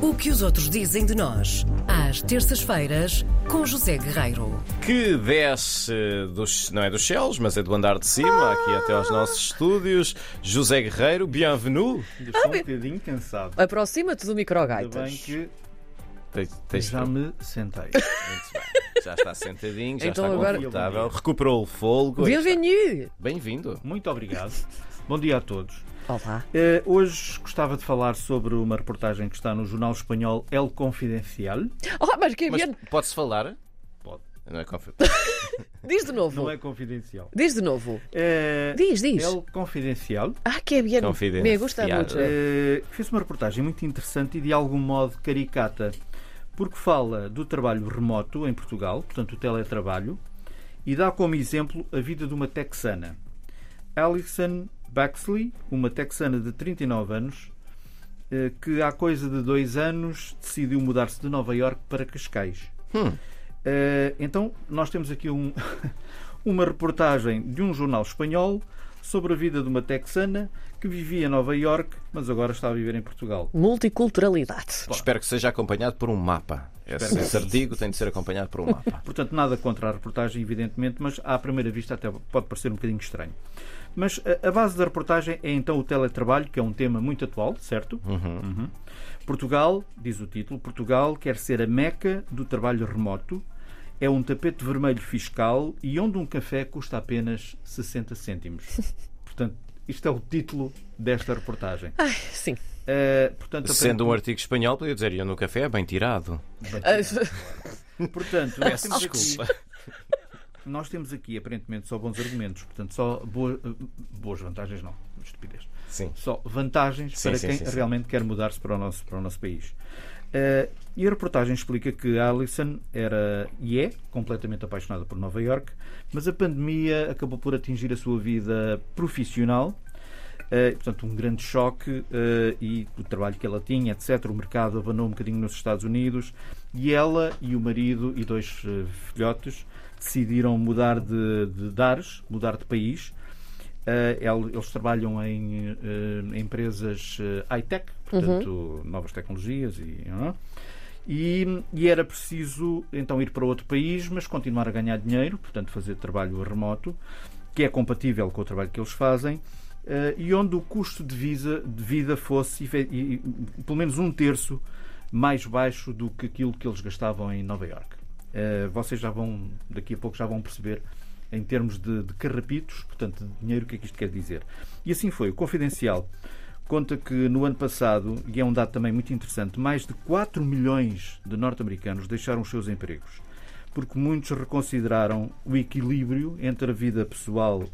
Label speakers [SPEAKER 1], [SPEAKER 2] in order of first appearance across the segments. [SPEAKER 1] O que os outros dizem de nós, às terças-feiras, com José Guerreiro.
[SPEAKER 2] que desce dos, não é dos céus, mas é do andar de cima, aqui até aos nossos estúdios. José Guerreiro, bienvenue.
[SPEAKER 3] Ainda estou um bocadinho cansado.
[SPEAKER 4] Aproxima-te do
[SPEAKER 3] Ainda bem
[SPEAKER 4] microgaitas.
[SPEAKER 3] que
[SPEAKER 2] Tens, tens
[SPEAKER 3] já
[SPEAKER 2] tudo
[SPEAKER 3] me sentei.
[SPEAKER 2] muito bem. Já está sentadinho, já
[SPEAKER 4] Então
[SPEAKER 2] está
[SPEAKER 4] agora-
[SPEAKER 2] confortável, recuperou o fôlego. Aí está.
[SPEAKER 4] Bienvenue!
[SPEAKER 2] Bem-vindo.
[SPEAKER 3] Muito obrigado. Bom dia a todos.
[SPEAKER 4] Olá.
[SPEAKER 3] Eh, hoje gostava de falar sobre uma reportagem que está no jornal espanhol El Confidencial.
[SPEAKER 4] Oh, mas que é
[SPEAKER 2] Mas
[SPEAKER 4] bien.
[SPEAKER 2] pode-se falar?
[SPEAKER 3] Pode.
[SPEAKER 2] Não é confi-
[SPEAKER 4] Diz de novo.
[SPEAKER 3] Não é confidencial.
[SPEAKER 4] Diz de novo.
[SPEAKER 3] Eh,
[SPEAKER 4] Diz, diz.
[SPEAKER 3] El Confidencial
[SPEAKER 4] Ah, que é bien.
[SPEAKER 2] Confidenciado.
[SPEAKER 4] Me gusta muito.
[SPEAKER 3] eh, fez uma reportagem muito interessante e de algum modo caricata, porque fala do trabalho remoto em Portugal, portanto o teletrabalho, e dá como exemplo a vida de uma texana. Alison Baxley, uma texana de 39 anos, eh, que há coisa de dois anos decidiu mudar-se de Nova Iorque para Cascais. Eh, Então, nós temos aqui um- uma reportagem de um jornal espanhol sobre a vida de uma texana que vivia em Nova Iorque, mas agora está a viver em Portugal.
[SPEAKER 4] Multiculturalidade.
[SPEAKER 2] Espero que seja acompanhado por um mapa. Esse, esse artigo tem de ser acompanhado por um mapa.
[SPEAKER 3] Portanto, nada contra a reportagem, evidentemente, mas à primeira vista até pode parecer um bocadinho estranho. Mas eh, a, a base da reportagem é então o teletrabalho, que é um tema muito atual, certo? Uhum. Portugal, diz o título, Portugal quer ser a meca do trabalho remoto, é um tapete vermelho fiscal e onde um café custa apenas 60 cêntimos. Portanto, isto é o título desta reportagem.
[SPEAKER 4] Ai, sim.
[SPEAKER 3] Eh, portanto,
[SPEAKER 2] Sendo um artigo espanhol, podia dizer eu no café, é bem tirado.
[SPEAKER 4] Ah,
[SPEAKER 3] portanto, nós temos aqui-
[SPEAKER 2] Desculpa.
[SPEAKER 3] Nós temos aqui, aparentemente, só bons argumentos, portanto, só boa- boas vantagens, não, estupidez.
[SPEAKER 2] Sim.
[SPEAKER 3] Só vantagens
[SPEAKER 2] Sim,
[SPEAKER 3] para
[SPEAKER 2] sim,
[SPEAKER 3] quem
[SPEAKER 2] sim, sim.
[SPEAKER 3] realmente quer mudar-se para, o nosso- para o nosso país. Eh, e a reportagem explica que a Alison era e é completamente apaixonada por Nova York, mas a pandemia acabou por atingir a sua vida profissional. eh, portanto, um grande choque eh, e o trabalho que ela tinha, etc. O mercado abanou um bocadinho nos Estados Unidos e ela e o marido e dois eh, filhotes decidiram mudar de, de dares, mudar de país. Eh, el- eles trabalham em eh, empresas eh, high-tech, portanto, novas tecnologias e. ah. E, e era preciso então ir para outro país, mas continuar a ganhar dinheiro, portanto, fazer trabalho remoto, que é compatível com o trabalho que eles fazem, eh, e onde o custo de, visa, de vida fosse efe- e- e- pelo menos um terço mais baixo do que aquilo que eles gastavam em Nova Iorque. Eh, vocês já vão, daqui a pouco, já vão perceber em termos de, de carrapitos, portanto, de dinheiro, o que é que isto quer dizer. E assim foi. O Confidencial conta que no ano passado, e é um dado também muito interessante, mais de 4 milhões de norte-americanos deixaram os seus empregos, porque muitos reconsideraram o equilíbrio entre a vida pessoal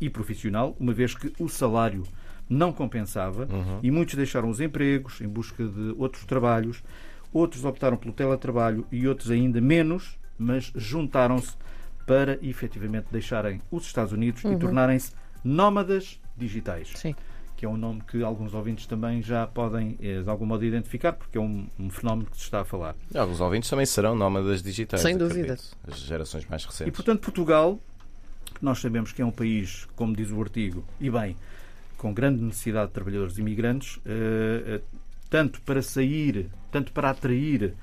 [SPEAKER 3] e profissional, uma vez que o salário não compensava e muitos deixaram os empregos em busca de outros trabalhos, outros optaram pelo teletrabalho e outros ainda menos, mas juntaram-se para efetivamente deixarem os Estados Unidos e tornarem-se nómadas digitais
[SPEAKER 4] sim.
[SPEAKER 3] que é um nome que alguns ouvintes também já podem, eh, de algum modo, identificar, porque é um, um fenómeno que se está a falar.
[SPEAKER 2] Alguns ouvintes também serão nómadas digitais.
[SPEAKER 4] Sem
[SPEAKER 2] acredito.
[SPEAKER 4] dúvida.
[SPEAKER 2] As gerações mais
[SPEAKER 3] E,
[SPEAKER 2] recentes.
[SPEAKER 3] portanto, Portugal, que nós sabemos que é um país, como diz o artigo, e bem, com grande necessidade de trabalhadores imigrantes, eh, eh, tanto para sair, tanto para atrair,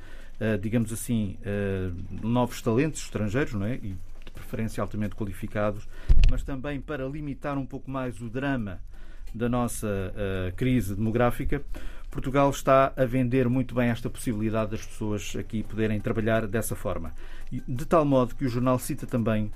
[SPEAKER 3] eh, digamos assim, eh, novos talentos estrangeiros, não é? E de preferência altamente qualificados, mas também para limitar um pouco mais o drama da nossa eh, crise demográfica, Portugal está a vender muito bem esta possibilidade das pessoas aqui poderem trabalhar dessa forma. E De tal modo que o jornal cita também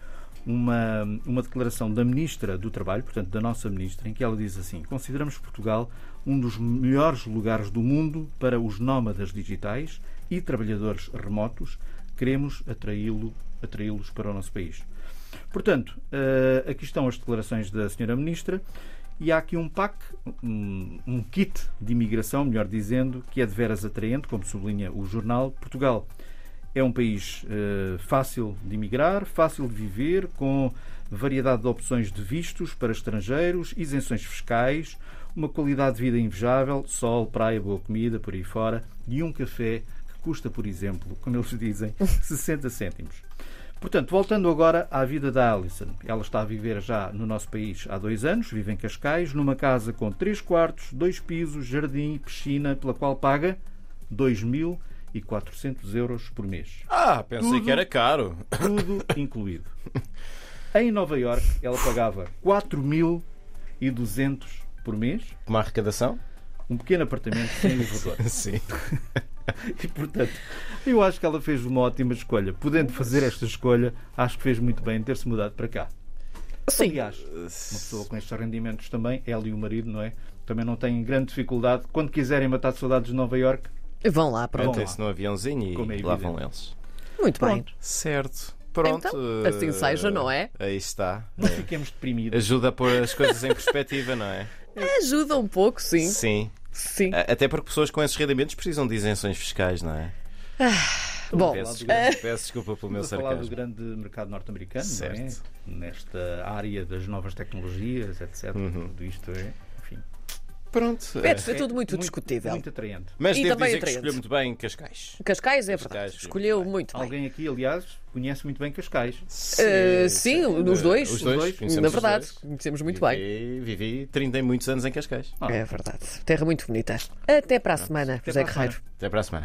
[SPEAKER 3] uma, uma declaração da Ministra do Trabalho, portanto da nossa Ministra, em que ela diz assim: Consideramos Portugal um dos melhores lugares do mundo para os nómadas digitais e trabalhadores remotos. Queremos atraí-lo- atraí-los para o nosso país. Portanto, eh, aqui estão as declarações da Sra. Ministra e há aqui um PAC, um, um kit de imigração, melhor dizendo, que é de veras atraente, como sublinha o jornal. Portugal é um país eh, fácil de imigrar, fácil de viver, com variedade de opções de vistos para estrangeiros, isenções fiscais, uma qualidade de vida invejável, sol, praia, boa comida, por aí fora, e um café que custa, por exemplo, como eles dizem, 60 cêntimos. Portanto, voltando agora à vida da Alison. Ela está a viver já no nosso país há dois anos, vive em Cascais, numa casa com três quartos, dois pisos, jardim, piscina, pela qual paga 2.400 euros por mês.
[SPEAKER 2] Ah, pensei que era caro.
[SPEAKER 3] Tudo incluído. Em Nova Iorque, ela pagava 4.200 por mês,
[SPEAKER 2] tipo Uma arrecadação?
[SPEAKER 3] um pequeno apartamento sem elevador.
[SPEAKER 2] Sim.
[SPEAKER 3] E, portanto, eu acho que ela fez uma ótima escolha. Podendo fazer esta escolha, acho que fez muito bem em ter-se mudado para cá.
[SPEAKER 4] Sim.
[SPEAKER 3] Aliás, uma pessoa com estes rendimentos também, ela e o marido, não é? Também não têm grande dificuldade. Quando quiserem matar saudades de Nova Iorque,
[SPEAKER 4] Vão lá, pronto.
[SPEAKER 2] Metem-se no aviãozinho
[SPEAKER 3] Como é
[SPEAKER 2] e
[SPEAKER 3] evidente.
[SPEAKER 2] lá vão eles.
[SPEAKER 4] Muito bem.
[SPEAKER 3] pronto,
[SPEAKER 2] Certo. Pronto.
[SPEAKER 4] Então, assim
[SPEAKER 2] eh,
[SPEAKER 4] seja, não é?
[SPEAKER 2] Aí está. É.
[SPEAKER 3] não fiquemos deprimidos.
[SPEAKER 2] Ajuda a pôr as coisas em perspectiva, não é?
[SPEAKER 4] Ajuda um pouco, sim.
[SPEAKER 3] É,
[SPEAKER 2] Sim.
[SPEAKER 4] Sim.
[SPEAKER 2] A- Até porque pessoas com esses rendimentos precisam de isenções fiscais, não é?
[SPEAKER 3] um
[SPEAKER 4] Bom, é, eh,
[SPEAKER 2] Peço desculpa, peço desculpa pelo meu
[SPEAKER 3] Estamos a falar do
[SPEAKER 2] sarcasmo.
[SPEAKER 3] grande mercado norte-americano,
[SPEAKER 2] Certo.
[SPEAKER 3] não é? Nesta área das novas tecnologias, etc.
[SPEAKER 2] Uhum.
[SPEAKER 3] Tudo isto é, enfim,
[SPEAKER 2] Pronto.
[SPEAKER 4] é,
[SPEAKER 2] eh,
[SPEAKER 4] é tudo muito, discutível.
[SPEAKER 3] Muito atraente.
[SPEAKER 2] Mas
[SPEAKER 4] E
[SPEAKER 2] devo
[SPEAKER 4] também
[SPEAKER 2] dizer que
[SPEAKER 4] atraente.
[SPEAKER 2] escolheu muito bem Cascais.
[SPEAKER 4] Cascais é verdade.
[SPEAKER 2] Cascais, sim,
[SPEAKER 4] Escolheu
[SPEAKER 2] bem.
[SPEAKER 4] muito bem.
[SPEAKER 3] Alguém aqui, aliás, conhece muito bem Cascais.
[SPEAKER 4] Eh, sim, os dois.
[SPEAKER 2] Os dois. conhecemos
[SPEAKER 4] Na
[SPEAKER 2] os
[SPEAKER 4] verdade,
[SPEAKER 2] dois.
[SPEAKER 4] conhecemos muito bem.
[SPEAKER 2] Vivi, vivi 30 e muitos anos em Cascais.
[SPEAKER 3] Ah.
[SPEAKER 4] É verdade. Terra muito bonita. Até para a semana, José
[SPEAKER 3] para a semana.
[SPEAKER 4] Guerreiro.
[SPEAKER 2] Até para a semana.